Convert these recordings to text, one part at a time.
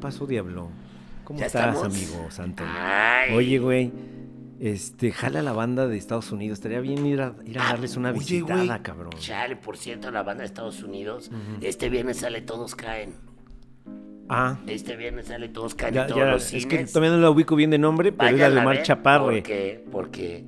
pasó, Diablo? ¿Cómo ¿Ya estás, estamos? amigo Santo? Ay. Oye, güey, este, jala la banda de Estados Unidos. Estaría bien ir a, ir a darles una Ah, Oye, visitada, güey, cabrón. Chale, por cierto, la banda de Estados Unidos. Este viernes sale Todos Caen. Ah, Este viernes sale Todos Caen en ya, todos ya, los es que cines. todavía no la ubico bien de nombre, pero es la de Vayan a Omar ver, Chaparre. Porque, porque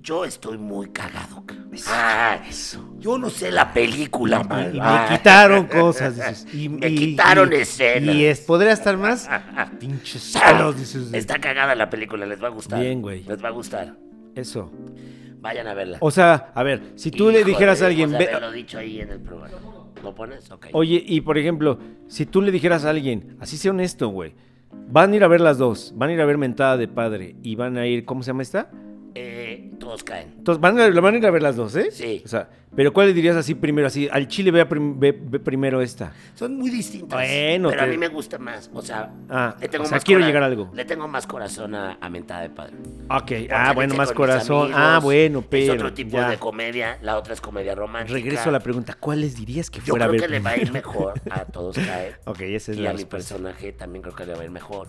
yo estoy muy cagado. ca- Eso, Ay, eso. Yo no sé la película, Y- y mal. me Ay. quitaron cosas, dices. Y, Me y- quitaron y- escenas. Y es, podría estar más. Pinches celos, dices. de- Está cagada la película, les va a gustar. Bien, güey. Les va a gustar. Eso. Vayan a verla. O sea, a ver, si tú le Híjole, pues, dijeras a alguien, debimos ve- haberlo dicho ahí en el programa. ¿Lo pones? Ok. Oye, y por ejemplo, si tú le dijeras a alguien, así sea honesto, güey, van a ir a ver las dos, van a ir a ver Mentada de Padre y van a ir, ¿cómo se llama esta? Eh, todos caen. Entonces, van a, van a ir a ver las dos, ¿eh? Sí. O sea, pero ¿cuál le dirías así primero? Así, al chile ve, a prim- ve- ve primero esta. Son muy distintas. Bueno, pero a te- mí me gusta más. O sea, Ah, o sea, quiero cora- llegar a algo. Le tengo más corazón a, a Mentada de Padre. Ok, ah, Porque bueno, dice más con mis corazón. amigos, Ah, bueno, pero. Es otro tipo ya. de comedia, la otra es comedia romántica. Regreso a la pregunta, ¿cuáles dirías que Yo fuera creo a ver? que le va a ir primero? mejor a todos caen. Ok, esa Este es y la a mi respuesta. personaje también creo que le va a ir mejor.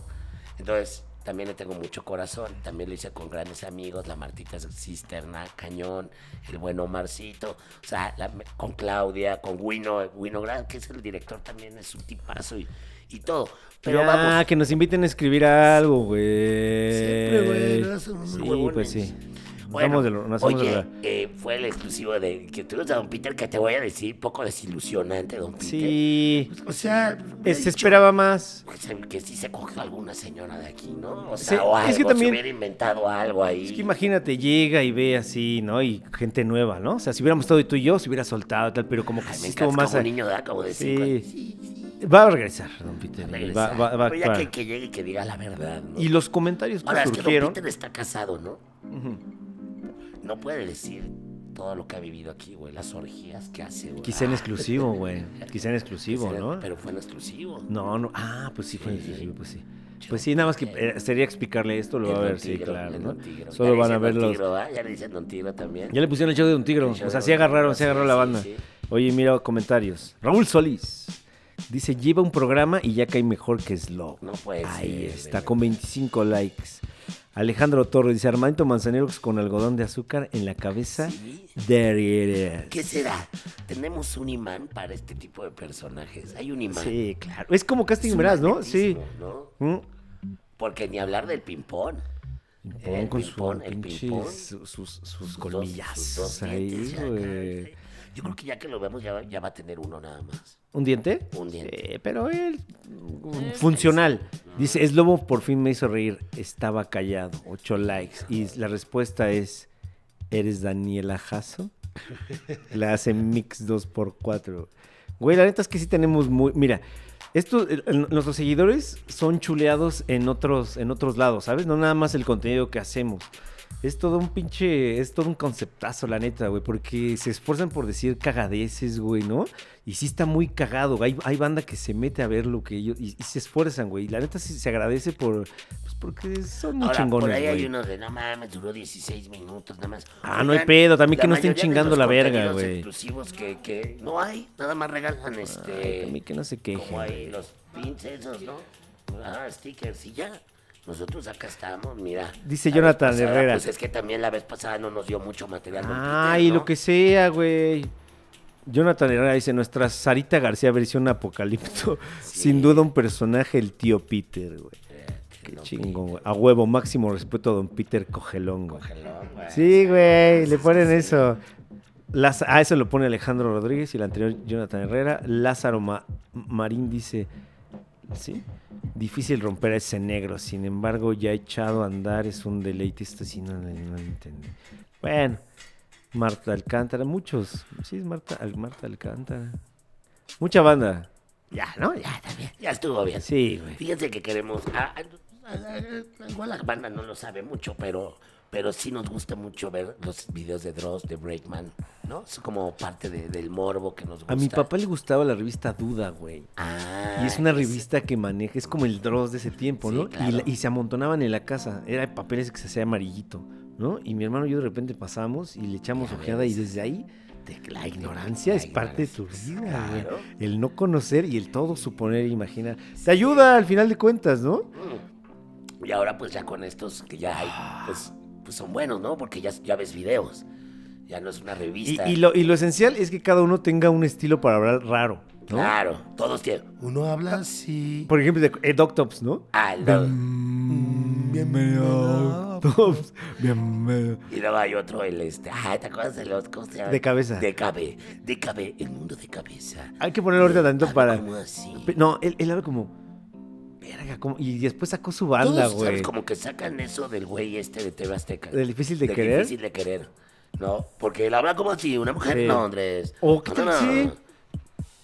Entonces, también le tengo mucho corazón. También lo hice con grandes amigos, la Martita Cisterna, Cañón, el buen Omarcito, o sea, la- con Claudia, con Wino, eh, Wino Gran, que es el director también, es un tipazo y, y todo. Pero Ya, vamos, que nos inviten a escribir algo, güey. Siempre, güey, no somos Sí, huevones. pues sí. Nos Bueno, damos de lo- nos hacemos de oye, lo- eh, fue el exclusivo de que tuvimos a Don Peter, que te voy a decir, poco desilusionante, Don Peter. Sí. O sea, Eh, hubiera Se dicho- esperaba más. Pues, eh, que sí se cogió alguna señora de aquí, ¿no? O Sí, sea, o algo, es que se también- hubiera inventado algo ahí. Es que imagínate, llega y ve así, ¿no? Y gente nueva, ¿no? O sea, si hubiéramos estado tú y yo, se hubiera soltado tal, pero como que Ay, sí me estuvo encanta más. como a- un niño de como de Sí. cinco años. Sí, sí, Va a regresar, don Peter. y va- regresar. va- va a Pero ya que, actuar. que llegue y que diga la verdad, ¿no? Y los comentarios que Ahora, es que Don surgieron. Peter está casado, ¿no? Ujú. No puede decir todo lo que ha vivido aquí, güey. Las orgías que hace, güey. Quizá en Ah, exclusivo, güey. Quizá en exclusivo, quisiera- ¿no? Pero fue en exclusivo. No, no. Ah, pues sí, fue en Sí. exclusivo, pues sí. Pues sí, nada más que eh, sería explicarle esto, lo El va a Don ver, sí, Tigro, claro. el ¿no? Don Tigro. Ya Solo le van a dicen ver Don los. Tigro, ¿va? Ya le dicen Don Tigro también. Ya le pusieron el show de Don Tigro. El O show sea, de sí Don agarraron, Tigro, sí agarró sí, la sí, banda. sí. Oye, mira comentarios. Raúl Solís dice: lleva un programa y ya cae mejor que Slow. No puede Ahí ser, está, güey. con 25 likes. Alejandro Torres dice: Armando Manzaneros con algodón de azúcar en la cabeza. Sí. There it is". ¿Qué será? Tenemos un imán para este tipo de personajes. Hay un imán. Sí, claro. Es como Es casting, un verás, ¿no? Sí. magnetismo, ¿no? ¿Mm? Porque ni hablar del ping-pong. Pon El con su ping-pong, el pinche- ping-pong. su- sus, sus Sus colmillazos dos- sus dos ahí, dientes ya acá, güey. sí. Yo creo que ya que lo vemos, ya, va- ya va a tener uno nada más. ¿Un diente? Un diente. Sí, pero él. mm, Funcional. Dice, es lobo, por fin me hizo reír. Estaba callado. Ocho likes. Y la respuesta es: ¿Eres Daniela Jasso? La hace Mix 2x4. Güey, la neta es que sí tenemos muy. Mira. Esto, eh, n- nuestros seguidores son chuleados en otros, en otros lados, ¿sabes? No nada más el contenido que hacemos. Es todo un pinche, es todo un conceptazo, la neta, güey, porque se esfuerzan por decir cagadeces, güey, ¿no? Y sí está muy cagado, güey. hay, hay banda que se mete a ver lo que ellos, y, y se esfuerzan, güey, y la neta sí se agradece por, pues porque son muy Ahora, chingones, por ahí hay güey. unos de, no mames, duró 16 minutos nada más. Ah, no hay pedo, también que la no estén mayoría de chingando los la verga, contenidos güey. exclusivos que, que no hay, nada más regalan este... Ay, a mí que no se quejen. Como hay los pins esos, ¿no? Ah, stickers y ya. Nosotros acá estamos, mira. Dice La vez Jonathan pasada, Herrera. Pues es que también la vez pasada no nos dio mucho material. don Peter, Ay, ¿no? Ah, lo que sea, güey. Jonathan Herrera dice, nuestra Sarita García versión apocalipto. Sin duda un personaje, el tío Peter, güey. Qué Eh, Don chingón, güey. A huevo, máximo respeto a don Peter Cogelón, güey. Hello, güey. Sí, güey, le ponen eso. Las, ah, eso lo pone Alejandro Rodríguez y el anterior Jonathan Herrera. Lázaro Ma- Marín dice, ¿sí? Difícil romper a ese negro, sin embargo ya echado a andar es un deleite, esto sí no, no lo entendí. Bueno, Marta Alcántara, muchos. Sí, es Marta, Al- Marta Alcántara. Mucha banda. Ya, ¿no? Ya, también. Ya estuvo bien. Sí, güey. Fíjense que queremos. ah, ah, ah, ah, ah, Igual la banda no lo sabe mucho, pero. Pero sí nos gusta mucho ver los videos de Dross, de Breakman, ¿no? Es como parte de- del morbo que nos gusta. A mi papá le gustaba la revista Duda, güey. Ah, Y es una ese- revista que maneja, es como el Dross de ese tiempo, Sí, ¿no? Y claro. la- Y, se amontonaban en la casa, era de papeles que se hacía amarillito, ¿no? Y mi hermano y yo de repente pasamos y le echamos Ya ojeada y ves. desde ahí te- la ignorancia La es parte de tu ignorancia, vida, güey. claro. El no conocer y el todo suponer e imaginar. Te ayuda al final de cuentas, ¿no? Y ahora pues ya con estos que ya hay, pues, pues son buenos, ¿no? Porque ya, ya ves videos. Ya no es una Y, revista. y lo, y lo esencial es que cada uno tenga un estilo para hablar raro, ¿no? Claro, todos tienen. Uno habla así. Por ejemplo, de eh, Doctops, ¿no? Ah, luego- Bienvenido. Doctops. Bienvenido. y luego hay otro, el este. Ah, ¿te acuerdas de los. ¿Cómo se llama? De cabeza. De cabe. De cabe. El mundo de cabeza. Hay que ponerlo ahorita tanto Habla para. como así. Pe- No, él, él habla como. Verga, como. Y después sacó su banda, Todos, ¿sabes? güey. Como que sacan eso del güey este de TV Azteca. ¿Del difícil de Del querer? difícil de querer. No, porque él habla como si una mujer Sí. en Londres. O qué No, tal no, no. si-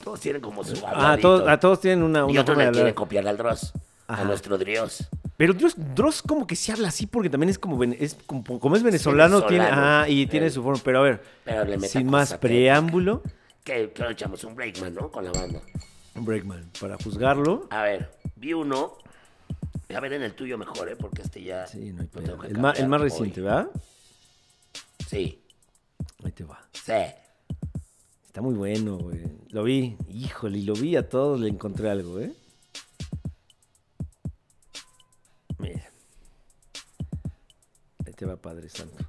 Todos tienen como su Ah, a habladito. todos, a todos tienen una, Y una otro forma de le hablar. quiere copiar al Dross. Ajá. A nuestro Dross. Pero Dross, Dross como que se habla así porque también es como, ven- es como, como es venezolano, tiene, venezolano. ajá, y tiene Eh. su forma. Pero a ver, Pero le meta sin cosa más técnica. preámbulo, Que claro, echamos un break, man, ¿no? Con la banda. Breakman, para juzgarlo. A ver, vi uno. A ver en el tuyo mejor, ¿eh? Porque este ya. Sí, no hay lo pedo. tengo que El, más, el cambiar más hoy. reciente, ¿verdad? Sí, Ahí te va. sí. Está muy bueno, güey. Lo vi, híjole, y lo vi a todos, le encontré algo, ¿eh? Mira. Ahí te va, Padre Santo.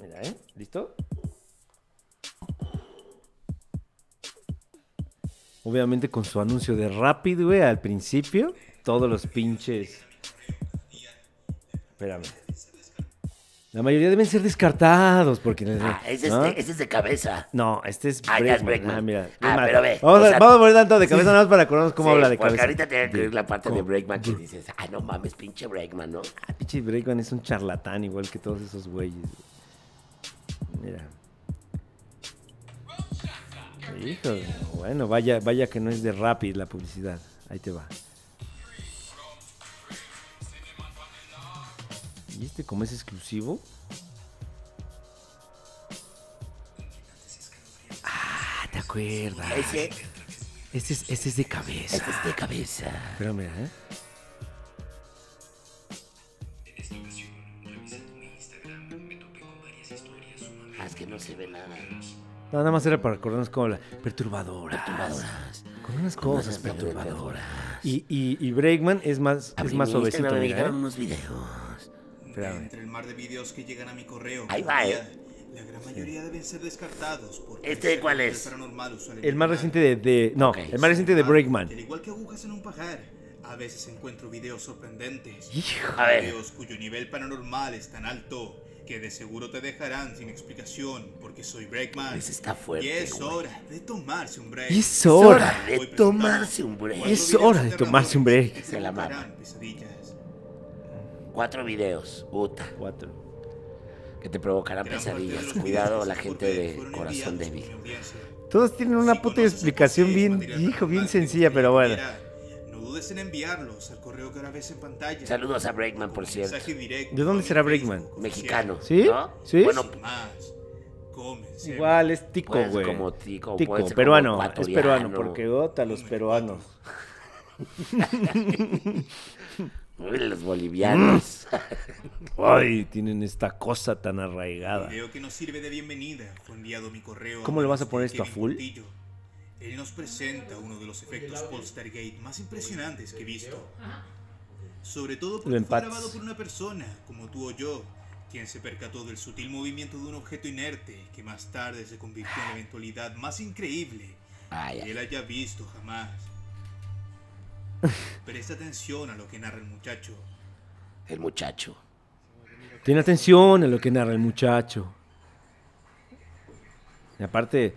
Mira, ¿eh? ¿Listo? Obviamente con su anuncio de Rapid, güey, al principio. Todos los pinches. Espérame. La mayoría deben ser descartados porque... Ah, ese, ¿no? es de, ese es de cabeza. No, este es Ah, ya Breakman. es Breakman. Ah, mira. Ah, Es más, pero ve, Vamos, o a, sea- vamos a poner tanto de cabeza nada más para acordarnos cómo Sí, habla de porque cabeza. ahorita tiene que ir la parte de ¿Cómo? Breakman que dices, ah, no mames, pinche Breakman, ¿no? Ah, pinche Breakman es un charlatán igual que todos esos güeyes. Mira. Híjole, bueno, vaya, vaya que no es de Rapid la publicidad. Ahí te va. ¿Y este como es exclusivo? Ah, te acuerdas. Ese, Este es, este es de cabeza. ese es de cabeza. Pero mira, ¿eh? Ah, es que no se ve nada. No, nada más era para acordarnos cómo habla. Perturbadora. Tomadoras. Con unas unas cosas perturbadoras. perturbadoras. Y, y, y Breakman es más, es Abrí más mi Instagram, suavecito, me mira, llegaron ¿eh? unos videos. Espérame. Entre el mar de videos que llegan a mi correo. Ahí cada va, día, eh. La gran mayoría deben ser descartados. Porque ¿Este el cuál fenómeno es? paranormal usualmente El más cae. reciente de... de- no, Ok. el más reciente de Al Breakman. igual que agujas en un pajar, a veces encuentro videos sorprendentes. Hijo. A ver. Videos cuyo nivel paranormal es tan alto que de seguro te dejarán sin explicación porque soy Breakman. Ese está fuerte, Y es güey. hora de tomarse un break. Es hora. de Hoy presentamos tomarse un break. cuatro Es videos hora de tomarse un break. que te Se la mama. provocarán pesadillas. Cuatro videos, puta, Cuatro. que te provocarán Gran parte de pesadillas. los Cuidado videos la que gente fueron de enviados corazón por mi débil. audiencia. Todos tienen una Si puta conoces explicación algo así, bien, eh, material hijo, bien paranormal, sencilla, pero bueno. mira, No dudes en enviarlos al correo que ahora ves en pantalla. Saludos a Breakman, por cierto. Mensaje directo ¿De dónde a será mi Facebook Breakman? oficial. Mexicano, ¿Sí? ¿no? ¿Sí? Bueno, Sin más, comencemos. Igual es tico, Puede ser güey. Pues, como tico, Tico, puede ser como peruano. es ecuatoriano. peruano, porque gota los peruanos. uy, pues, los bolivianos. Mm. Ay, tienen esta cosa tan arraigada. Video que nos sirve de bienvenida fue enviado a mi correo. ¿Cómo le vas a manos de poner esto a Kevin full? Portillo. Él nos presenta uno de los efectos Poltergeist más impresionantes que he visto. Sobre todo Lo porque fue empatas. grabado por una persona, como tú o yo, quien se percató del sutil movimiento de un objeto inerte que más tarde se convirtió en la eventualidad más increíble Ay, que él haya visto jamás. Presta atención a lo que narra el muchacho. el muchacho. Ten atención a lo que narra el muchacho. Y aparte,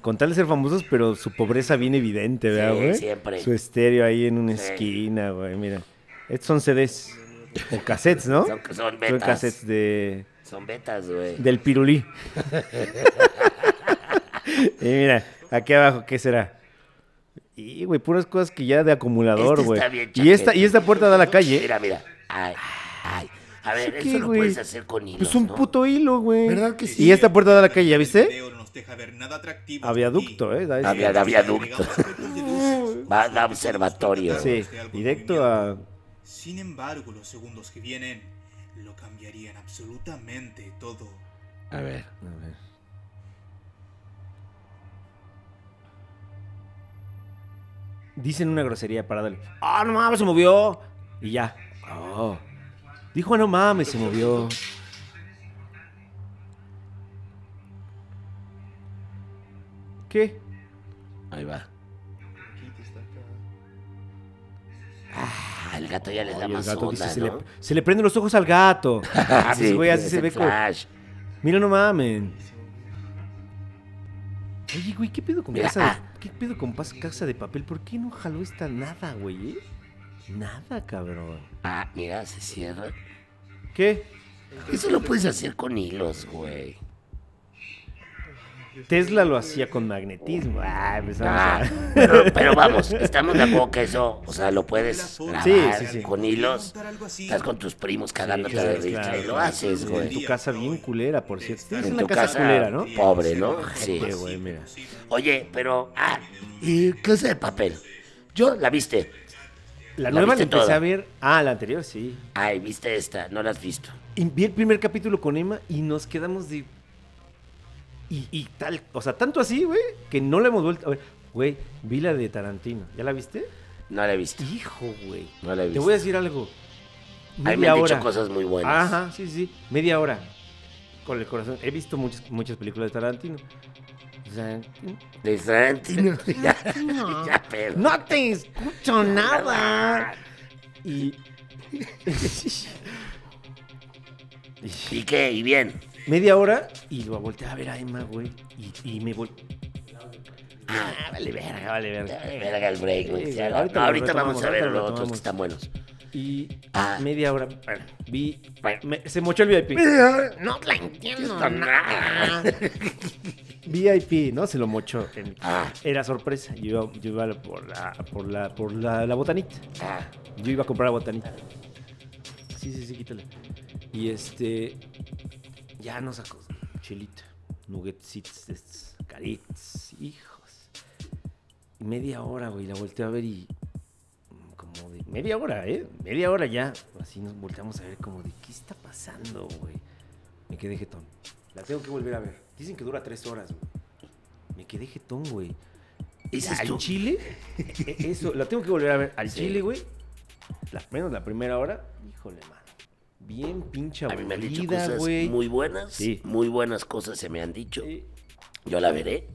con tal de ser famosos, pero su pobreza bien evidente, ¿verdad, Sí, güey? siempre. Su estéreo ahí en una Sí. esquina, güey, mira. Estos son CDs. O cassettes, ¿no? Son- son betas. cassettes de, Son betas, güey. del pirulí. y mira, aquí abajo, ¿qué será? Y, güey, puras cosas que ya de acumulador, Este güey. está bien y, esta, y chaqueta. esta puerta da a la calle. Mira, mira. Ay, ay. A ver, ¿Qué, eso lo güey? puedes hacer con hilos, Pues un ¿no? puto hilo, güey. ¿Verdad que sí? Y esta puerta da a la calle, ¿ya El viste? video no nos deja ver nada atractivo A viaducto, ¿eh? Da ese- Había- de aviaducto. aviaducto. Va al observatorio. Sí, directo a... Sin embargo, los segundos que vienen lo cambiarían absolutamente todo. A ver. A ver. Dicen una grosería para darle. ¡Ah, no mames, se movió! Y ya. Oh. Dijo, "Ah, no mames, se movió. ¿Qué? Ahí va. Ah, el gato ya le da Y el más gato onda, dice, se, le, ¿no? se le prenden los ojos al gato. Ah, Dices, güey, así es se el ve como- flash. Mira, no mamen. Oye, güey, ¿qué pedo con Mira. casa de, ¿Qué pedo con pas- casa de papel? ¿Por qué no jaló esta nada, güey? eh? Nada, cabrón. Ah, mira, se cierra. ¿Qué? Eso lo puedes hacer con hilos, güey. Tesla lo hacía con magnetismo. Ah, empezamos Ah, a- pero, pero vamos, estamos de acuerdo que eso, o sea, lo puedes grabar Sí, sí, sí. con hilos. Montar algo así. Estás con tus primos cagándote claro, de risa claro, y lo claro. haces, En güey. tu casa bien culera, por cierto. En Tienes En una tu casa, casa, culera, ¿no? pobre, ¿no? Sí. Qué güey, mira. Oye, pero, ah, y casa de papel. Yo la viste. La ¿La nueva la viste empecé toda? a ver. Ah, la anterior, sí. Ay, viste esta, no la has visto. Y vi el primer capítulo con Emma y nos quedamos de. Y, y tal. O sea, tanto así, güey, que no la hemos vuelto. a ver. Güey, vi la de Tarantino. ¿Ya la viste? No la he visto. Hijo, güey. No la he Te visto. voy a decir algo. Pues, Ahí me han dicho cosas muy buenas. Ajá, sí, sí. Media hora. Con el corazón. He visto muchas, muchas películas de Tarantino. O sea, De Tarantino. ya, ya, pero. no te escucho nada. Y. ¿Y qué? ¿Y bien? Media hora y lo volteé a ver a Emma, güey. Y, y me volteé. Ah, vale verga, vale verga. Ay, Verga el break, güey. Sí, Ya, ahorita no, lo ahorita retomamos, vamos a ahorita ver lo los otros que retomamos. están buenos. Y Ah. media hora. bueno, vi. Bueno. me- se mochó el VIP. No la entiendo nada. VIP, ¿no? Se lo mochó. en- Ah. Era sorpresa. Yo, yo iba por la, por la, por la, la botanita. Ah, Yo iba a comprar la botanita. Sí, sí, sí, quítale. Y este. Ya nos sacó. Chilita. Nuggetsits. estos, Carits. Hijos. Y media hora, güey. La volteé a ver y. mm, Como de. Media hora, ¿eh? Media hora ya. Así nos volteamos a ver, como de. ¿Qué está pasando, güey? Me quedé jetón. La tengo que volver a ver. Dicen que dura tres horas, güey. Me quedé jetón, güey. dices Al tú. chile, e- eso, la tengo que volver a ver. Al Sí. chile, güey, la- menos la primera hora, híjole, mano. Bien pinche A mí me han dicho aburrida, cosas güey. muy buenas. Sí. Muy buenas cosas se me han dicho. Eh, Yo la veré.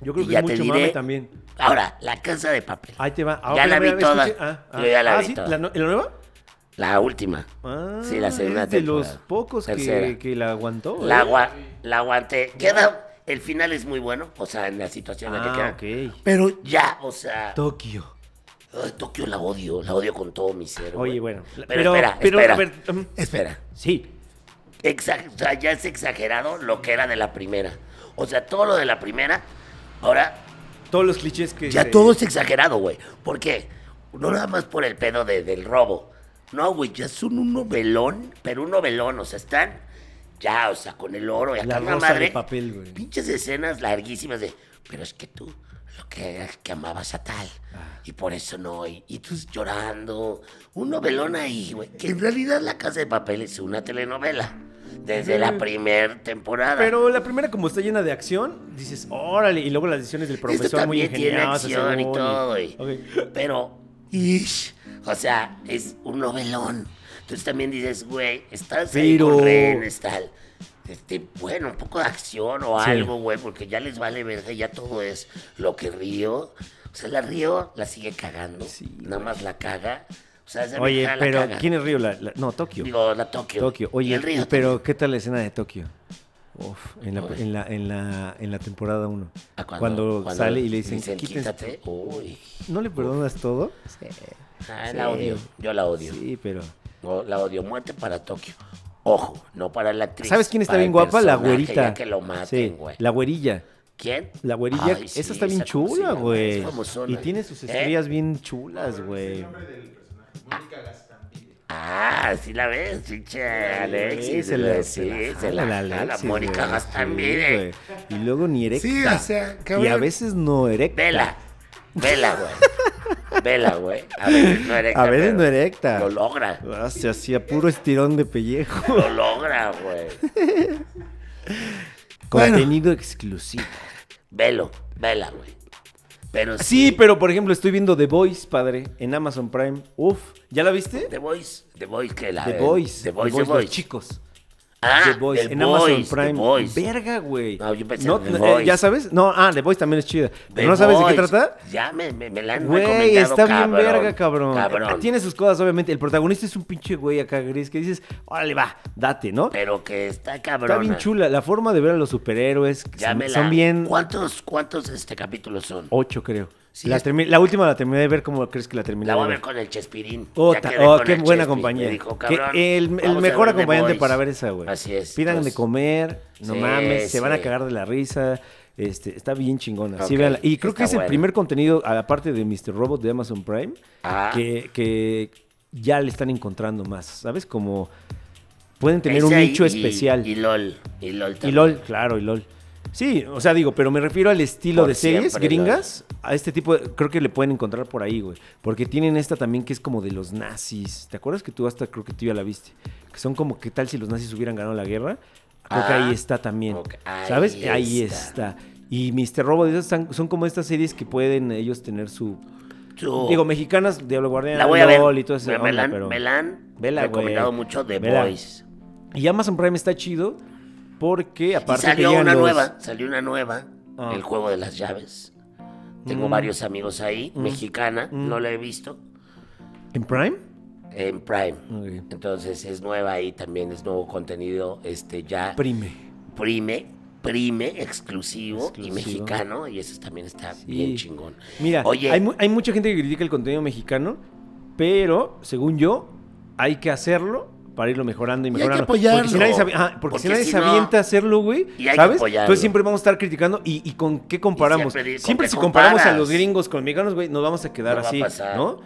Yo creo Y que ya es te mucho diré. mame también. Ahora, la casa de papel. Ahí te va. Ah, Ya ok, la a ver, vi a ver, toda. escuche. Ah, ah. Yo ya la Ah, vi sí, toda. no- ¿La nueva? La última. Ah, Sí, la segunda es de los temporada. pocos que, Tercera. que la aguantó. La, ¿eh? agua, la aguanté. Queda. El final es muy bueno. O sea, en la situación en la que Ah, queda. ok. Pero ya, o sea. Tokio. ay, Tokio la odio. La odio con todo mi ser. Oye, güey. bueno. la- Pero, espera, espera. a ver, um, Espera. sí. Exa- o sea, ya es exagerado lo que era de la primera. O sea, todo lo de la primera, ahora Todos los clichés que. ya se- todo es exagerado, güey. ¿Por qué? No nada más por el pedo de- del robo. No, güey, ya son un novelón, pero un novelón, o sea, están ya, o sea, con el oro y acá La una rosa de madre. papel, güey. Pinches escenas larguísimas de, pero es que tú lo que era que amabas a tal. Y por eso no, y, y tú llorando. Un novelón ahí, güey. Que en realidad La Casa de Papel es una telenovela. Desde la primera temporada. Pero la primera, como está llena de acción, dices, órale. Y luego las decisiones del profesor muy Este también tiene ingeniosas. acción y según, todo, y- Ok. Pero, ish, o sea, es un novelón. Entonces también dices, güey, estás ahí Pero- con rehenes, tal. Este, bueno, un poco de acción o Sí. algo, güey, porque ya les vale verga, ya todo es lo que Río. O sea, la Río la sigue cagando. Sí, nada más la caga. O sea, esa Oye, vieja la pero caga. ¿quién es Río? La- la- no, Tokio. Digo, la Tokio. Tokio. Y Oye, el Río pero ¿qué tal la escena de Tokio? Uf, en la, Oye. en la, en la, en la temporada 1. Ah, Cuando, sale y le dicen, "Quítense- quítate. Uy, ¿no le perdonas todo? ah, Sí. la odio. Yo la odio. Sí, pero... No, la odio muerte para Tokio. Ojo, no para la actriz. ¿Sabes quién está para bien el guapa? La personaje, güerita. ya que lo Sí, maten, güey. la güerilla. ¿Quién? La güerilla, Ay, sí, esa está bien esa cómo se chula, llama, güey. es famosona. Y tiene sus ¿Eh? estrellas bien chulas, güey. Ah, sí la ves, pinche Alexis. se Se la- la, se la sí, se jala la, la jala, Alexis, Mónica eh. güey. Sí, Gastambide. güey. Y luego ni erecta. Sí, o sea, cabrón. Y a veces no erecta. Vela, vela, güey. Vela, güey. A veces no erecta. A veces pero no erecta. Lo logra, Ah, Se hacía puro estirón de pellejo. lo logra, güey. Bueno. Contenido exclusivo. Velo, vela, güey. Pero Ah, Sí, pero por ejemplo, estoy viendo The Voice, padre, en Amazon Prime. Uf, ¿ya la viste? The Voice, The Voice que la. The Voice. The Voice, The los Voice. chicos. Ah, The Voice. The en Amazon Voice, The Prime. Voice. Verga, güey. No, yo pensé No, en The eh, Voice. ¿Ya sabes? No, ah, The Voice también es chida. The ¿Pero no sabes de qué Voice. trata? Ya me, me, me la han Güey, recomendado, está cabrón. bien verga, cabrón. Cabrón. Tiene sus cosas, obviamente. El protagonista es un pinche güey acá gris que dices, órale, va, date, ¿no? Pero que está cabrón. Está bien chula. La forma de ver a los superhéroes que Ya son, me la- son bien Oh, ¿Cuántos, cuántos este capítulos son? ocho, creo. Sí, la, es- termi- la última la terminé de ver como crees que la terminé La voy de a ver. ver con el Chespirín. Ya Ota, quedé oh, con qué el buena Chespi. compañía. Me dijo, Que cabrón, el el vamos a mejor ver The acompañante Voice. para ver esa, güey. Así es. Pidan de Entonces, comer, no Sí, mames, se van a sí. cagar de la risa. Este, está bien chingona. Sí, Ok, véanla. Y creo está que es el buena. primer contenido, aparte de Mr. Robot de Amazon Prime, Ah. que, que ya le están encontrando más. ¿Sabes? Como pueden tener un ese y- nicho y- especial. Y LOL. Y LOL Y también. LOL, claro, y LOL. Sí, o sea, digo, pero me refiero al estilo Por de series siempre, gringas. A este tipo, de- creo que le pueden encontrar por ahí, güey. Porque tienen esta también que es como de los nazis. ¿Te acuerdas que tú hasta creo que tú ya la viste? Que son como, ¿qué tal si los nazis hubieran ganado la guerra? Creo que Ah, ahí está también. ok, ahí ¿Sabes? Ahí está. está. Y Mr. Robot, esas están- son como estas series que pueden ellos tener su. Tú, Digo, mexicanas, Diablo Guardián, Oh. la voy a ver. LOL y todo eso. me, me la han- me la han Vela, güey. recomendado mucho The Vela. Voice. Y Amazon Prime está chido porque Y aparte. que salió llegan una los- nueva. Salió una nueva. Ah. El juego de las llaves. Tengo Mm. varios amigos ahí. Mexicana. No la he visto. ¿En Prime? En Prime. Ok. Entonces es nueva ahí también. Es nuevo contenido. Este ya. Prime. prime, prime, exclusivo, y Exclusivo. mexicano, y eso también está Sí. bien chingón. Mira, Oye. hay, mu- hay mucha gente que critica el contenido mexicano, pero según yo, hay que hacerlo para irlo mejorando y hay que mejorando. Porque si apoyarlo. nadie, se, avi- ajá, porque Porque si nadie si se no- avienta a hacerlo, güey, Y hay que ¿sabes? apoyarlo. Entonces siempre vamos a estar criticando y, y con qué comparamos. siempre di- Siempre, ¿con qué si comparamos a comparas? los gringos con mexicanos, güey, nos vamos a quedar No va a así, pasar. ¿no?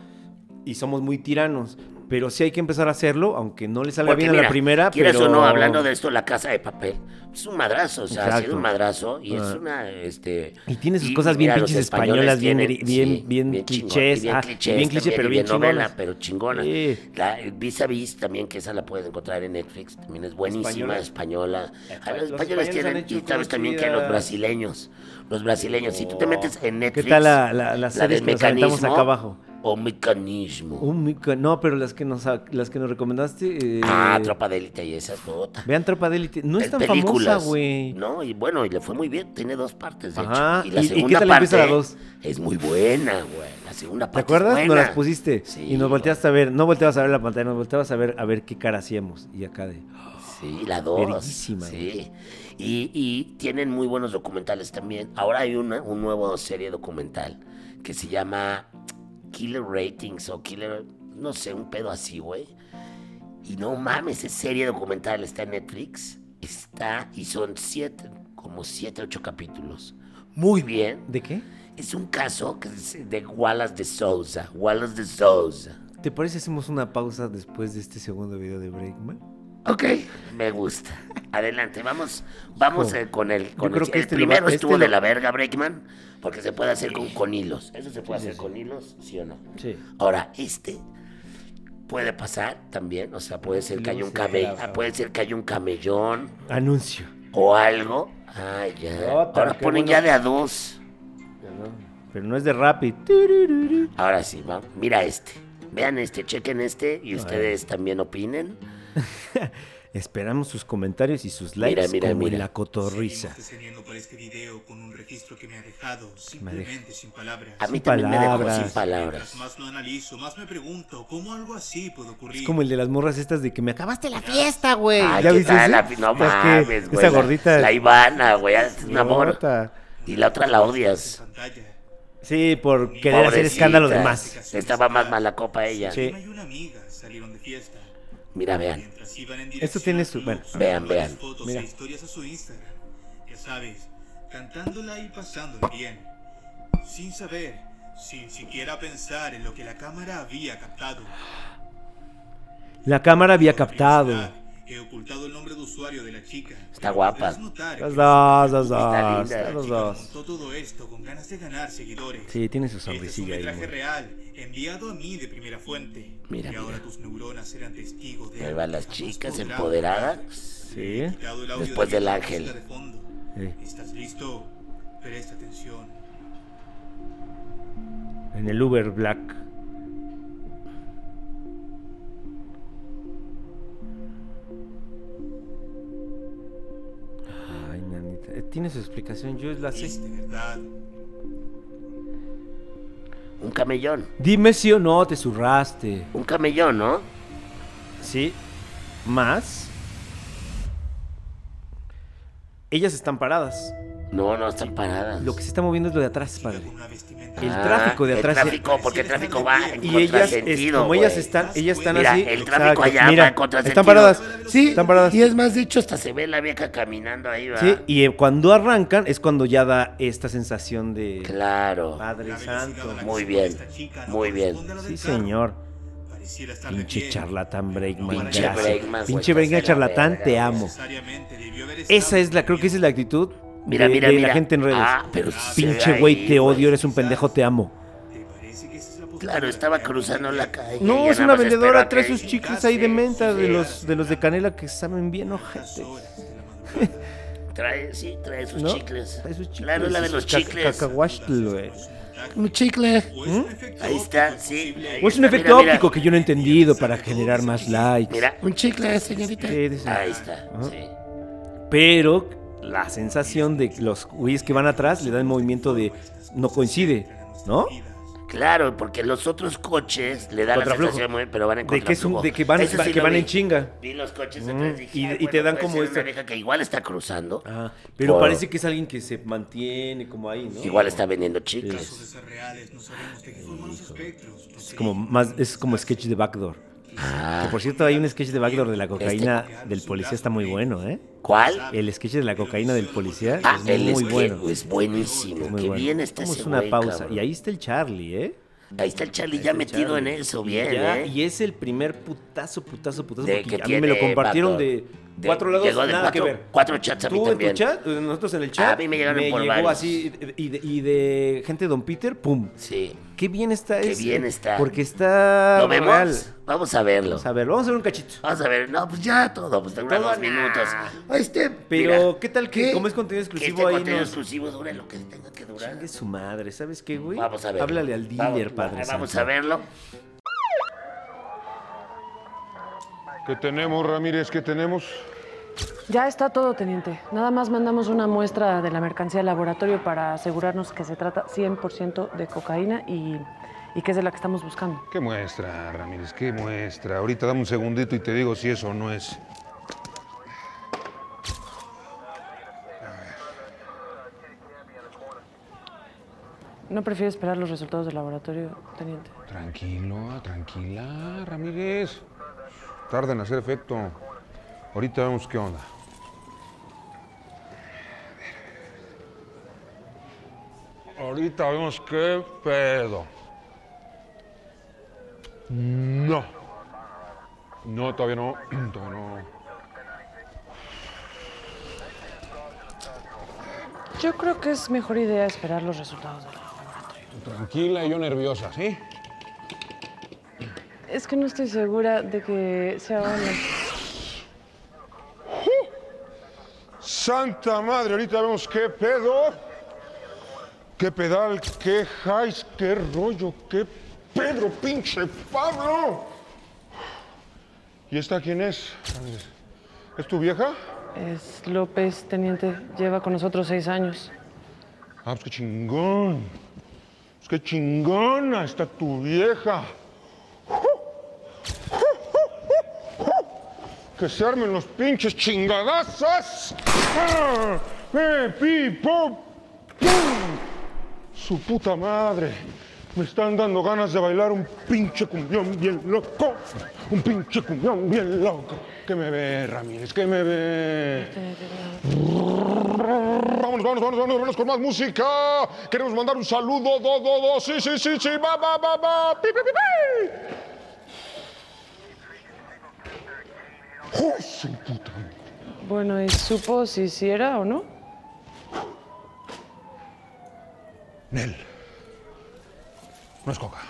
Y somos muy tiranos. Pero sí hay que empezar a hacerlo, aunque no le salga Porque bien a mira, la primera. Quieres pero... o no, hablando de esto, la casa de papel. Es un madrazo, o sea, ha Exacto. sido un madrazo y es Ah. una, este... Y tiene sus cosas bien mira, los pinches españoles españolas, bien tienen- gri- bien- bien chingón, clichés, y bien ah, clichés bien cliché, también, pero y bien novela, chingonas. pero chingona. Sí. La, el vis a vis también, que esa la puedes encontrar en Netflix, también es buenísima, española. A Los españoles los españoles han tienen, hecho y sabes cosas también que a los chidas. Oh, brasileños, los brasileños, si tú te metes en ¿Qué Netflix... tal la, la, las la series del que nos aventamos mecanismo acá abajo? O mecanismo. Un micro- no, pero las que nos, las que nos recomendaste. eh, Ah, Tropa de Élite y esa puta. Vean Tropa de Élite. No es En tan películas, famosa, güey. No, y bueno, y le fue muy bien. Tiene dos partes, de Ajá, hecho. Y la ¿y- y qué segunda tal empieza parte la dos? es muy buena, güey. La segunda parte ¿Te acuerdas? Nos es buena. las pusiste. Sí, y nos volteaste a ver. No volteabas a ver la pantalla, nos volteabas a ver a ver qué cara hacíamos. Y acá de. Sí, la dos. Verguísima, Sí. Y, y tienen muy buenos documentales también. Ahora hay una, un nuevo serie documental que se llama Killer Ratings o Killer, no sé, un pedo así, güey. Y no mames, es serie documental, está en Netflix. Está, y son siete, como siete, ocho capítulos. Muy bien. ¿De qué? Es un caso que es de Wallace de Souza. Wallace de Souza. ¿Te parece si hacemos una pausa después de este segundo video de Breakman? Ok, me gusta. Adelante, vamos, vamos Hijo, eh, con el, yo con creo el, que el este lo va- primero este estuvo de lo- la verga, Breakman, porque se puede hacer con, con hilos. Eso se puede hacer con hilos, ¿sí o no? Sí. Ahora, este puede pasar también, o sea, puede ser que haya un camellón, puede ser que haya un camellón Anuncio. o algo. Ah, ya. Otra, Ahora qué ponen bueno. ya de a dos. Pero no es de Rapid. Turururu. Ahora sí, va. Mira este. Vean este, chequen este y ustedes también opinen. Esperamos sus comentarios y sus likes mira, como en mira. la cotorriza. Seguimos descendiendo por este video con un registro que me ha dejado simplemente sin palabras. A mí Sin también me dejó palabras. sin palabras. Mientras más lo analizo, más me pregunto cómo algo así puede ocurrir. Es como el de las morras estas de que me acabaste la fiesta, güey. Ay, ¿Ya ¿qué viste tal? ese? La fi- no Las que- mames, güey. Esa la- gordita. La, Ivana, güey. Es un amor. Idiota. Y la otra la odias. pantalla. Sí, por querer hacer Pobrecita. escándalo de más. Estaba más mala copa ella. Sí. Encima y una amiga salieron de fiesta. Mira, vean. Mientras iban en Esto dirección tiene al su- club, bueno. subieron Vean, varias vean. fotos Mira. e historias a su Instagram. Ya sabes, cantándola y pasándola bien. Sin saber, sin siquiera pensar en lo que la cámara había captado. La cámara había captado. Curiosidad He ocultado el nombre de usuario de la chica. Está guapa. Podrás notar Los que dos, los Está dos, linda. están los chica dos. montó todo esto con ganas de ganar seguidores. Sí, tiene su Este es un sonrisilla ahí. metraje güey. real, enviado a mí de primera fuente. Mira, y ahora mira. tus neuronas eran testigos de Ahí algo van que las jamás chicas podrán olvidar. empoderadas. Sí. He quitado el audio Después de mi del ángel. música de fondo. Sí. ¿Estás listo? Presta atención. En el Uber Black. Ay, nanita. Eh, Tiene su explicación, yo la sé. Viste, ¿verdad? Un camellón. Dime si o no te zurraste. Un camellón, ¿no? Sí. Más. Ellas están paradas. No, no están paradas. Ah, Lo que se está moviendo es lo de atrás, Chica padre. con una vestimenta. El tráfico de el atrás. tráfico, porque el tráfico va en Y ellas, es- contrasentido, como ellas güey. están, ellas están Mira, así. el tráfico allá va en contrasentido. están paradas. Sí, están paradas. Y es más, de hecho, hasta se ve la vieja caminando ahí, va. Sí, y eh, cuando arrancan es cuando ya da esta sensación de Claro. Padre La velocidad Santo. a la que Muy sube bien, esta chica no muy bien. corresponde a la del Sí, carro. señor. Pareciera estar de Pinche pie, charlatán Breakman. Pinche ya sé. Breakman, Pinche güey, Breakman estás de la charlatán, verga, te güey. pero amo. necesariamente debió haber estado Esa es la, creo que esa es la actitud Mira, de, mira, de mira. la gente en redes. Ah, pero se Pinche ve güey, ahí, te güey. odio, eres un pendejo, te amo. ¿Te parece que esa es la postura Claro, estaba que cruzando había? la calle. y No, ya es nada una más vendedora, espérate. trae sus chicles ahí de menta, de "Ah, Sí, los de los de canela que saben bien Las ojete. horas de la madrugada. Trae, sí, trae sus ¿No? chicles. Trae sus chicles. Claro, es la de y los sus ca- chicles. cacahuatl, güey. Es un ataque, Un chicle. o es un efecto Ahí está, óptico sí. posible. Ahí O es un Mira, efecto mira, óptico mira. que yo no he entendido para generar más likes. Mira, un chicle, señorita. Sí, Ah. dice. Ahí está, Ajá. sí. Pero la sensación de los güeyes que van atrás le da el movimiento de no coincide, ¿no? Claro, porque los otros coches le dan la Contraflujo. sensación muy, pero van en De que, es un- contraflujo. de que van, Eso sí que lo van vi. en chinga. Vi los coches Mm, atrás, dije, y- "Ay, y te bueno, dan puede como ser esta- una vieja que igual está cruzando, Ah, pero Por- parece que es alguien que se mantiene como ahí, ¿no? igual está vendiendo chicles. Casos de ser reales, no sabemos de qué forman los espectros. Es como más, es como sketch de backdoor. Que Ah, Este por cierto, hay un sketch de backdoor de la cocaína del policía, está muy bueno, ¿eh? ¿cuál? El sketch de la cocaína del policía Ah, es el muy esquí- bueno. es buenísimo. Es muy Qué bueno. bien está Vamos ese una güey, pausa. cabrón. Y ahí está el Charlie, ¿eh? Ahí está el Charlie ya metido en eso, bien, Ya, ¿eh? Y es el primer putazo, putazo, putazo. De porque que a mí me lo tiene compartieron Backdoor. de De- cuatro lados, llegó de nada cuatro- que ver. cuatro chats a mí Tú también. en tu chat, eh, nosotros en el chat. A mí me llegaron por llegó varios. así y de, y de gente de Don Peter, pum. Sí. Qué bien está Qué ese, bien está. Porque está ¿Lo vemos? Ah, real. Vamos a verlo. Vamos a ver, vamos a ver un cachito. Vamos a ver, no, pues ya todo, pues dura Todo dos na- minutos. Este, Pero, mira, ¿qué tal que ¿qué? como es contenido que exclusivo este ahí contenido nos- exclusivo dure lo que tenga que durar. Chingue su madre, ¿sabes qué, güey? Vamos a ver. Háblale al dealer, padre. Vamos santo. a verlo. ¿Qué tenemos, Ramírez? ¿Qué tenemos? Ya está todo, teniente. Nada más mandamos una muestra de la mercancía al laboratorio para asegurarnos que se trata 100% de cocaína y, y que es de la que estamos buscando. ¿Qué muestra, Ramírez? ¿Qué muestra? Ahorita dame un segundito y te digo si eso o no es. ¿No prefiere esperar los resultados del laboratorio, teniente? Tranquilo, tranquila, Ramírez. Tarda en hacer efecto. Ahorita vemos qué onda. Ahorita vemos qué pedo. No. No, todavía no. Todavía no. Yo creo que es mejor idea esperar los resultados del laboratorio. Tranquila y yo nerviosa, ¿sí? Es que no estoy segura de que sea bueno. Santa madre, ahorita vemos qué pedo. Qué pedal, qué highs, qué rollo, qué Pedro, pinche Pablo. ¿Y esta quién es? ¿Es tu vieja? Es López, teniente. Lleva con nosotros seis años. Ah, pues qué chingón. Pues qué chingona está tu vieja. Que se armen los pinches chingadazos. ¡Ah! ¡Eh, pi, po, pum! Su puta madre. Me están dando ganas de bailar un pinche cumbión bien loco. Un pinche cumbión bien loco. Que me ve, Ramírez, que me ve. Vámonos, vámonos, vámonos, vámonos, vámonos con más música. Queremos mandar un saludo, do, do, do. Sí, sí, sí, sí, va, va, va, va. Pi, pi, pi, pi. ¡Oh, su puta madre! Bueno, ¿y supo si sí era o no? Nel. No es coca.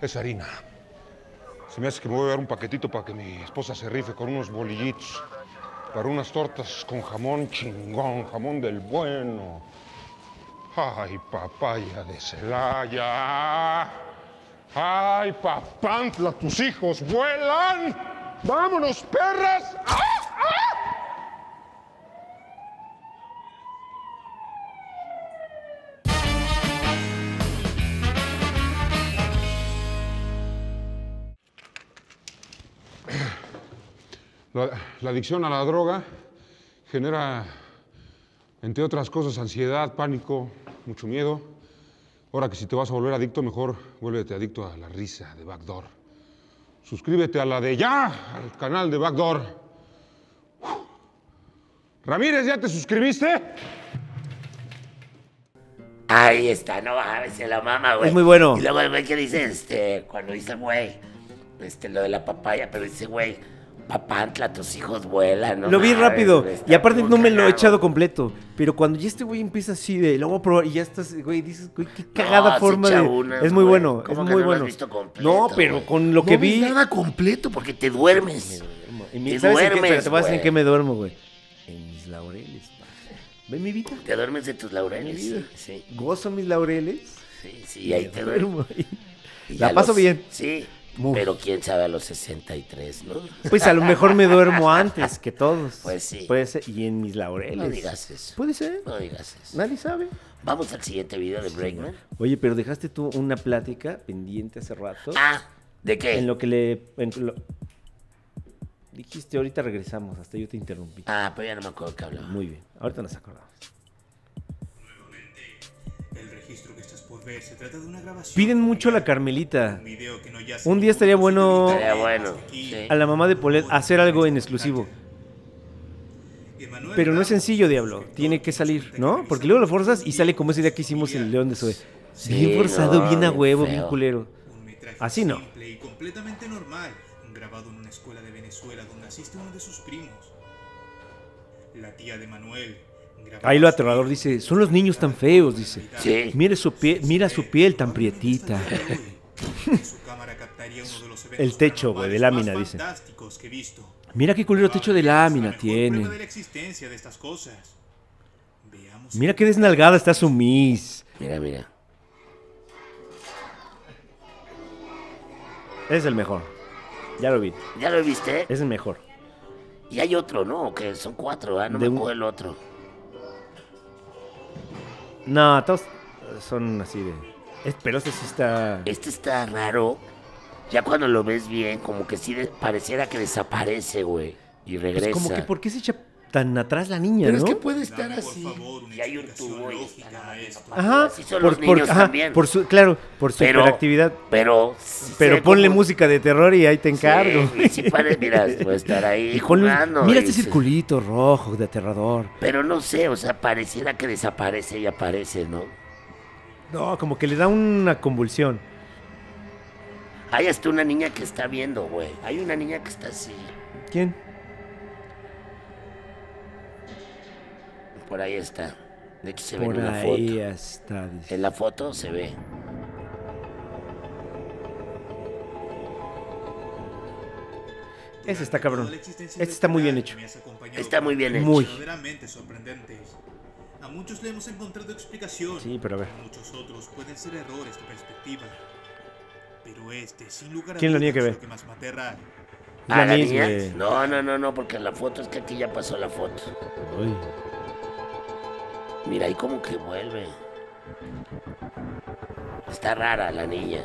Es harina. Se me hace que me voy a dar un paquetito para que mi esposa se rife con unos bolillitos. Para unas tortas con jamón chingón, jamón del bueno. ¡Ay, papaya de Celaya! ¡Ay, papantla, tus hijos vuelan! ¡Vámonos, perras! ¡Ah! La, la adicción a la droga genera, entre otras cosas, ansiedad, pánico, mucho miedo. Ahora que si te vas a volver adicto, mejor vuélvete adicto a la risa de Backdoor. Suscríbete a la de ya, al canal de Backdoor. Ramírez, ¿ya te suscribiste? Ahí está, no mames, se la mama, güey. Es muy bueno. Y luego el güey que dice, este, cuando dice, güey, este, lo de la papaya, pero dice, güey, papantla, tus hijos vuelan, ¿no? Lo vi mames, rápido. güey, está Y aparte muy no me lo he cagado. echado completo. Pero cuando ya este güey empieza así de, lo voy a probar y ya estás, güey, dices, güey, qué cagada sí forma de. chaunas, es muy güey. bueno, es ¿Cómo que muy no lo has bueno. visto completo, no, pero güey? con lo que no vi. ves nada completo porque te duermes. Y mi- te ¿sabes en qué? duermes, Pero te voy a decir en güey. qué me duermo, güey. En mis laureles, pa. Ve mi vida. Te duermes de tus laureles. Mi vida. Sí, Gozo mis laureles. sí, sí, ahí me te duermes. Y La a paso bien. Sí, Muy. pero quién sabe a los 63, ¿no? Pues a lo mejor me duermo antes que todos. Pues sí. Puede ser. Y en mis laureles. Eh, No digas eso. Puede ser. pues, No digas eso. Nadie sabe. Vamos al siguiente video de Breakman. Oye, pero dejaste tú una plática pendiente hace rato. Ah, ¿de qué? En lo que le. en lo- Dijiste, ahorita regresamos, hasta yo te interrumpí. Ah, pero ya no me acuerdo qué hablaba. Muy bien, ahorita nos acordamos. El registro que estás por ver se trata de una grabación. Piden mucho a la familiar, Carmelita, un video que no yace Un día en estaría ningún bueno- sitio de internet, Estaría bueno, hasta aquí. sí. a la mamá de Polet, hacer algo en exclusivo. Emanuel Pero no es Ramos, sencillo, Diablo. Tiene que salir, ¿no? Porque luego lo forzas y sale como ese día que hicimos el León de Zoe. Sí, Bien forzado, no, bien a bien huevo, bien feo. culero. Un metraje Así no. simple y completamente normal, grabado en una escuela de Venezuela donde asiste uno de sus primos. La tía de Manuel. grababa Ahí lo su aterrador vida dice, son los niños tan feos, dice. Sí. Mira su piel, mira su piel tan prietita. Su cámara captaría uno de los El eventos techo, güey, de paranormales lámina, más dice. fantásticos que he visto. Mira qué culero techo de lámina Es la mejor prueba de tiene. la existencia de estas cosas. Veamos Mira qué desnalgada está su Miss. Mira, mira. Es el mejor. Ya lo vi. ¿Ya lo viste? Es el mejor. Y hay otro, ¿no? Que son cuatro, ah, no De me un- acuerdo el otro. No, todos eh, son así de. es- Pero este sí está. Este está raro. Ya cuando lo ves bien, como que sí de- pareciera que desaparece, güey. Y Pues regresa. como que, ¿por qué se echa tan atrás la niña, Pero no? es que puede estar Dame, por así. favor, una y hay un explicación tubo y lógica está la a mano esto. para Ajá. atrá. Así son los por- niños ajá, también. por su, claro, por su hiperactividad. Pero, Pero ponle música música de terror y ahí te encargo. Sí, sí parece, mira, puede estar ahí Y ponle- jugando. mira y este sí. circulito rojo de aterrador. Pero no sé, o sea, pareciera que desaparece y aparece, ¿no? No, como que le da una convulsión. Hay hasta una niña que está viendo, güey. Hay una niña que está así. ¿Quién? Por ahí está. De hecho, se ve Por en una ahí foto. está. dice. En la foto se ve. Durante Ese está cabrón. toda la existencia Este del está muy bien canal, hecho. me has acompañado Está con muy bien Muy. hecho. verdaderamente sorprendentes. A muchos le hemos encontrado explicación. Sí, pero a ver. Muchos otros pueden ser errores de perspectiva. Pero este, sin lugar a ¿Quién lo niega dudas, que ve? lo que más me aterra. Es la Ah, ¿la misma. niña? No, no, no, no, porque la foto es que aquí ya pasó la foto. Uy. Mira, ahí como que vuelve. Está rara la niña.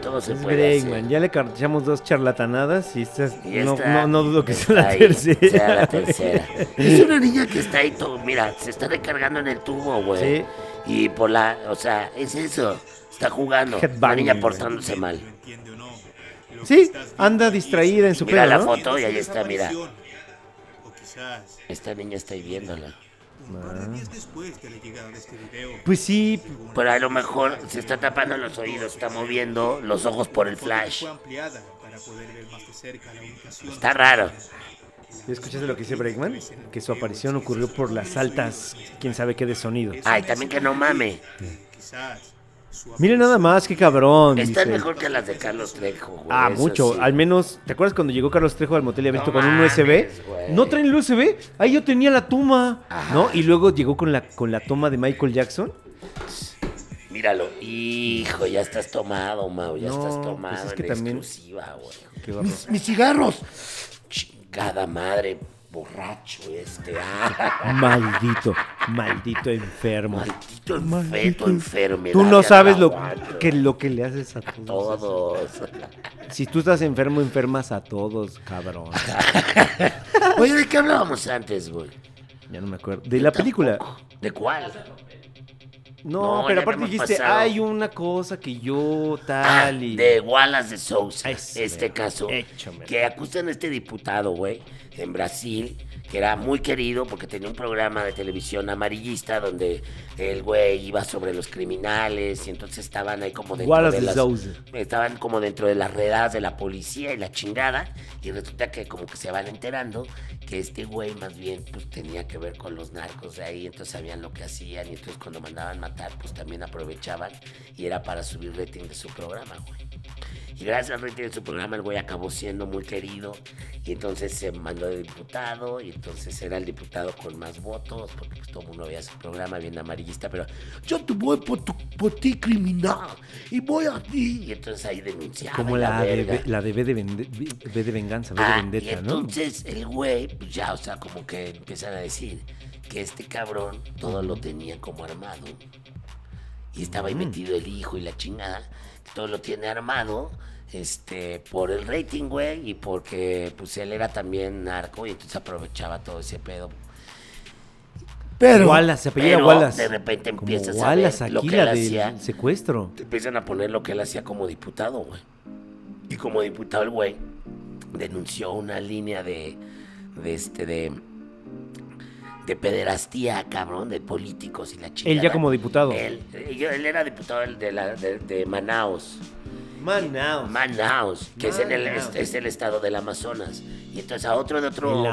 Todo se Es puede Bregman, hacer. ya le echamos dos charlatanadas y estas- Y no, esta no, no dudo que sea la está ahí, tercera. sea la tercera. Es una niña que está ahí todo. Mira, se está recargando en el tubo, güey. Sí. Y por la. O sea, es eso. Está jugando. La Headbanging, niña güey. portándose mal. Lo entiende o no. Lo Sí, que estás viendo anda aquí distraída en su Mira pedo, la ¿no? foto y ahí está, mira. desaparición. O quizás Esta niña está ahí viéndola. un par Ah. de días después de la llegada de este video. Pues sí, Pero a lo mejor se está tapando los oídos, está moviendo los ojos por el flash. Fue ampliada para poder ver más de cerca la ubicación. Está raro. ¿Ya escuchaste lo que dice Breakman? Que su aparición ocurrió por las altas, quién sabe qué de sonido. Ay, también que no mame. Quizás su Miren nada más, qué cabrón. Están dice. mejor que las de Carlos Trejo, güey. Ah, eso mucho. sí. Al menos, ¿te acuerdas cuando llegó Carlos Trejo al motel y había visto con un mames, USB? güey. No traen el USB. Ahí yo tenía la toma, ¿no? Y luego llegó con la con la toma de Michael Jackson. Míralo. Hijo, ya estás tomado, Mau. Ya No, estás pues tomado. es es que que también- exclusiva, güey. Qué bárbaro. Mis, mis cigarros. Chingada madre, borracho este. Ah, Maldito, maldito enfermo. maldito enfermo, enfermedad. Tú no ya sabes lo aguanto. que, lo que le haces a todos. Todos. Si tú estás enfermo, enfermas a todos, cabrón. Oye, ¿de qué hablábamos antes, güey? Ya no me acuerdo. De la película. ¿De cuál? No, No, pero ya aparte habíamos dijiste, pasado. hay una cosa que yo Ah, tal y... de Wallace de Sousa, Ese, este mero. caso, Échamelo. que acusan a este diputado, güey, en Brasil, que era muy querido porque tenía un programa de televisión amarillista donde el güey iba sobre los criminales y entonces estaban ahí como dentro Wallace de de las, Sousa. estaban como dentro de las redadas de la policía y la chingada y resulta que como que se van enterando que este güey más bien pues tenía que ver con los narcos de ahí, entonces sabían lo que hacían y entonces cuando mandaban matar pues también aprovechaban y era para subir rating de su programa, güey. Y gracias al rating de su programa, el güey acabó siendo muy querido. Y entonces se mandó de diputado. Y entonces era el diputado con más votos. Porque pues todo el mundo veía su programa bien amarillista. Pero yo te voy por, tu- por ti, criminal. Y voy a ti. Y entonces ahí denunciaba. Como y la, de, verga. B- la de B de, Vende- B de Venganza, B de Ah, y Vendetta, ¿no? entonces el güey, pues ya, o sea, como que empiezan a decir que este cabrón todo lo tenía como armado. Y estaba Mm. ahí metido el hijo y la chingada. Todo lo tiene armado. Este, por el rating, güey, y porque pues él era también narco y entonces aprovechaba todo ese pedo. Pero, Wallace, se apellida pero Wallace. De repente Como empiezas Wallace, a ver lo aquí que él la del hacía secuestro. te empiezan a poner lo que él hacía como diputado, güey. Y como diputado, el güey denunció una línea de, de este, de, de pederastía, cabrón, de políticos y la chingada. Él ya como diputado. Él, él- él era diputado del- de, la- de- de Manaos. Manaus. Manaus, que es, en el, es, Manaus. es el estado del Amazonas. Y entonces a otro de El otro, de otro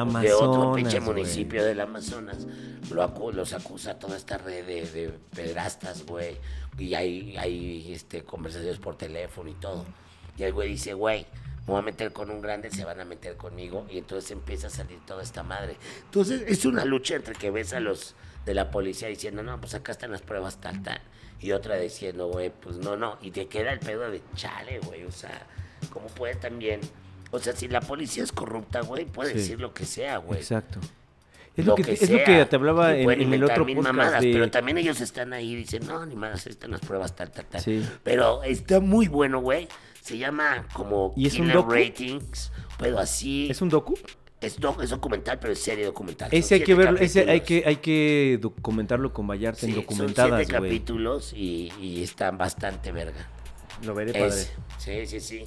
Amazonas, pinche güey. municipio del Amazonas lo acu- los acusa toda esta red de, de pedrastas, güey. Y hay, hay este, conversaciones por teléfono y todo. Y el güey dice, güey, me voy a meter con un grande, se van a meter conmigo. Y entonces empieza a salir toda esta madre. Entonces es una lucha entre que ves a los de la policía diciendo, no, pues acá están las pruebas tal, tal. Y otra diciendo, güey, pues no, no. Y te queda el pedo de chale, güey. O sea, ¿cómo puede también? O sea, si la policía es corrupta, güey, puede Sí. decir lo que sea, güey. Exacto. Es lo, que, es lo que sea. te hablaba Y en, pueden en el inventar otro mil podcast mamadas, de... Pero también ellos están ahí y dicen, no, ni más, están las pruebas, tal, tal, tal. Sí. Pero está muy bueno, güey. Se llama como ¿Y es un Killer docu? Ratings, pero así. ¿Es un docu? Es, doc- es documental, pero es serie documental. Son Ese hay que siete verlo, ese hay capítulos. que, hay que documentarlo con Vallarta Sí, en son documentadas, siete güey. capítulos y, y están bastante verga. Lo veré, padre. Es, sí, sí, sí.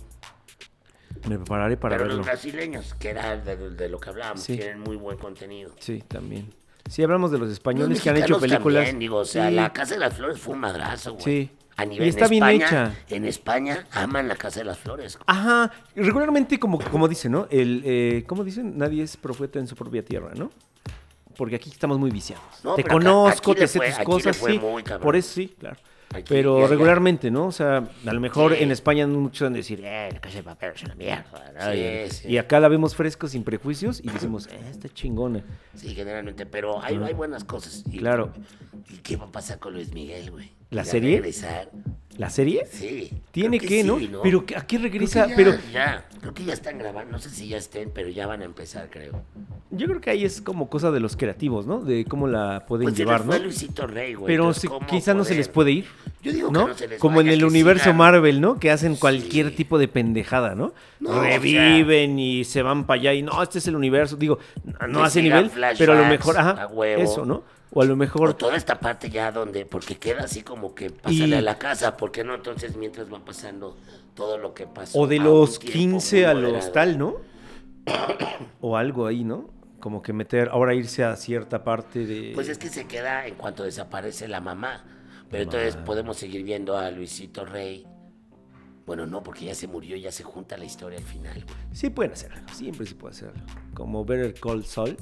Me prepararé para pero verlo. los brasileños, que era de, de lo que hablábamos, Sí. tienen muy buen contenido. Sí, también. Sí, hablamos de los Los españoles que han hecho mexicanos películas. también, digo, o sea, Sí. la Casa de las Flores fue un madrazo, güey. Sí. A Y nivel está en bien España, hecha. En España aman la Casa de las Flores. güey. Ajá, regularmente como, como dicen, ¿no? El, eh, ¿Cómo dicen? Nadie es profeta en su propia tierra, ¿no? Porque aquí estamos muy viciados. No, te pero acá- conozco, aquí te le sé fue- tus aquí le cosas, fue sí. muy cabrón. Por eso sí, claro. Aquí, pero ya, ya. regularmente, ¿no? O sea, a lo mejor Sí. en España muchos van a decir, eh, la casa de papel es una mierda. ¿no? Sí, y, sí. y acá la vemos fresco, sin prejuicios, y decimos, eh, está chingona. Sí, generalmente, pero hay, hay buenas cosas. Y- Claro. ¿Y qué va a pasar con Luis Miguel, güey? ¿La ¿Va a serie? regresar? ¿La serie? Sí. Tiene creo que, ¿no? sí, Pero ¿a qué Creo que regresa? ya, pero Ya, creo que ya están grabando, no sé si ya estén, pero ya van a empezar, creo. yo creo que ahí es como cosa de los creativos, ¿no? De cómo la pueden Pues se llevar, les ¿no? fue Luisito Rey, güey. Pero entonces, sí, ¿cómo quizá no se poder? les puede ir. Yo digo que ¿no? no se les Como vaya, en el que universo sigan. Marvel, ¿no? Que hacen cualquier Sí. tipo de pendejada, ¿no? No, Reviven y se van para allá y no, este es el universo. Digo, no, no Que hace sigan nivel, pero a lo mejor, flashbacks, ajá, a huevo. eso, ¿no? O a lo Por mejor, toda esta parte ya donde, porque queda así como que pásale Y- a la casa, ¿por qué no? Entonces mientras va pasando todo lo que pasó. o de a los un tiempo 15 muy a moderado. los tal, ¿no? O algo ahí, ¿no? como que meter, ahora irse a cierta parte de... Pues es que se queda en cuanto desaparece la mamá. Pero entonces podemos seguir viendo a Luisito Rey. Bueno, no, porque ya se murió, ya se junta la historia al final, güey. Sí pueden hacer algo, siempre se puede hacer algo. Como Better Call Saul.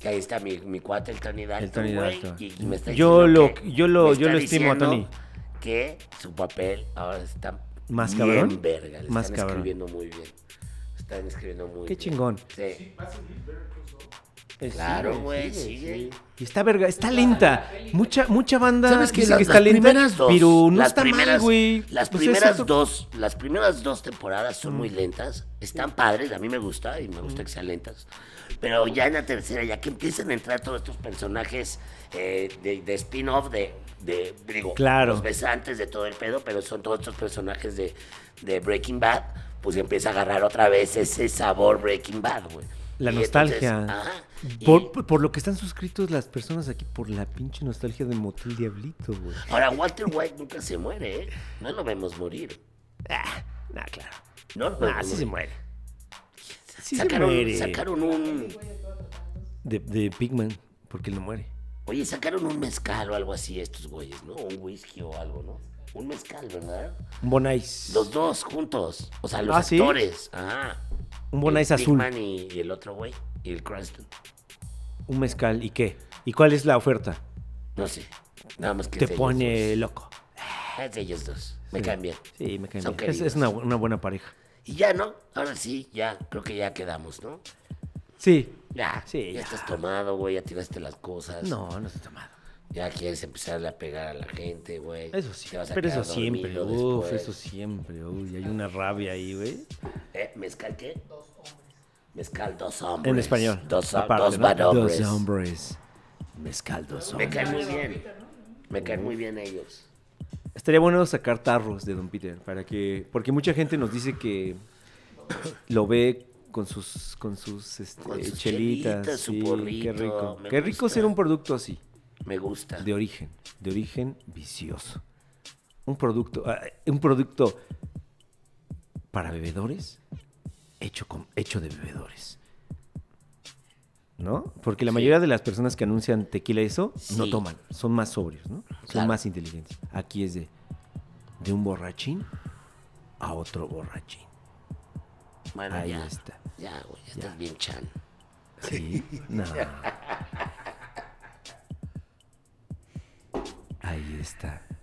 Que ahí está mi, mi cuate, el Tony Dalton, El Tony güey, Dalton. y- y me está Yo diciendo lo- que- yo lo- me yo está lo estimo a diciendo Tony. Que su papel ahora está Más bien cabrón. verga. Le Más están cabrón. escribiendo muy bien. Están escribiendo muy Qué bien. chingón. Sí. Claro, güey, sigue. Y está verga, está lenta. Mucha, mucha banda ¿Sabes qué? dice Las- que está las lenta, primeras dos, pero no las está mal, primeras- güey. Las Pues es primeras otro- dos, las primeras dos temporadas son Mm. muy lentas, están padres, a mí me gusta y me gusta que sean lentas, pero ya en la tercera, ya que empiezan a entrar todos estos personajes eh, de, de spin-off de, de, digo, Claro. los besantes de todo el pedo, pero son todos estos personajes de, de Breaking Bad, pues empieza a agarrar otra vez ese sabor Breaking Bad, güey. La Y nostalgia. entonces, ajá, y- Por, por lo que están suscritos las personas aquí, por la pinche nostalgia de Motel Diablito, güey. Ahora, Walter White nunca se muere, ¿eh? No lo vemos morir. Ah, Nah, claro. No, lo Nah, vemos Ah, sí se morir. muere. Sí sacaron, se muere. sacaron un. De, de Pigman, porque él no muere. Oye, sacaron un mezcal o algo así estos güeyes, ¿no? Un whisky o algo, ¿no? Un mezcal, ¿verdad? Un Bonais. Los dos juntos. O sea, los Ah, ¿sí? actores. Ajá. Un Bonais El azul. Pittman Y, y el otro güey. Y el Cranston. Un mezcal, ¿y qué? ¿Y cuál es la oferta? No sé. Nada más que Te es de ellos pone loco. dos. Es de ellos dos. Me Sí. caen bien. Sí, me cae Son bien. Es, queridos. es una, bu- una buena pareja. Y ya, ¿no? Ahora sí, ya. Creo que ya quedamos, ¿no? Sí. Ya. Sí, ya. ya estás tomado, güey. Ya tiraste las cosas. No, no se ha tomado. Ya quieres empezar a pegar a la gente, güey. Eso sí. Te vas a Pero eso quedar siempre. dormido Uf, después. eso siempre. Uy, hay una rabia ahí, güey. ¿Eh? ¿Mezcal qué? Dos hombres. Mezcal dos hombres. En español. Dos, aparte, dos ¿no? bad hombres. Dos hombres. Mezcal, dos Me hombres. caen muy bien. Me caen muy bien ellos. Estaría bueno sacar tarros de Don Peter para que. Porque mucha gente nos dice que lo ve con sus con sus, este, Con sus chelitas, chelitas, su sí, qué porrito, rico me qué rico gusta. ser un producto así Me gusta. de origen de origen vicioso un producto ah, un producto para bebedores hecho con hecho de bebedores ¿No? Porque la mayoría de las personas que anuncian tequila y eso no Sí. toman, son más sobrios, ¿no? Son Claro. más inteligentes. Aquí es de de un borrachín a otro borrachín. Bueno, Ahí ya. está. Ya, güey. Ya estás bien chan. Sí, no. Ahí está.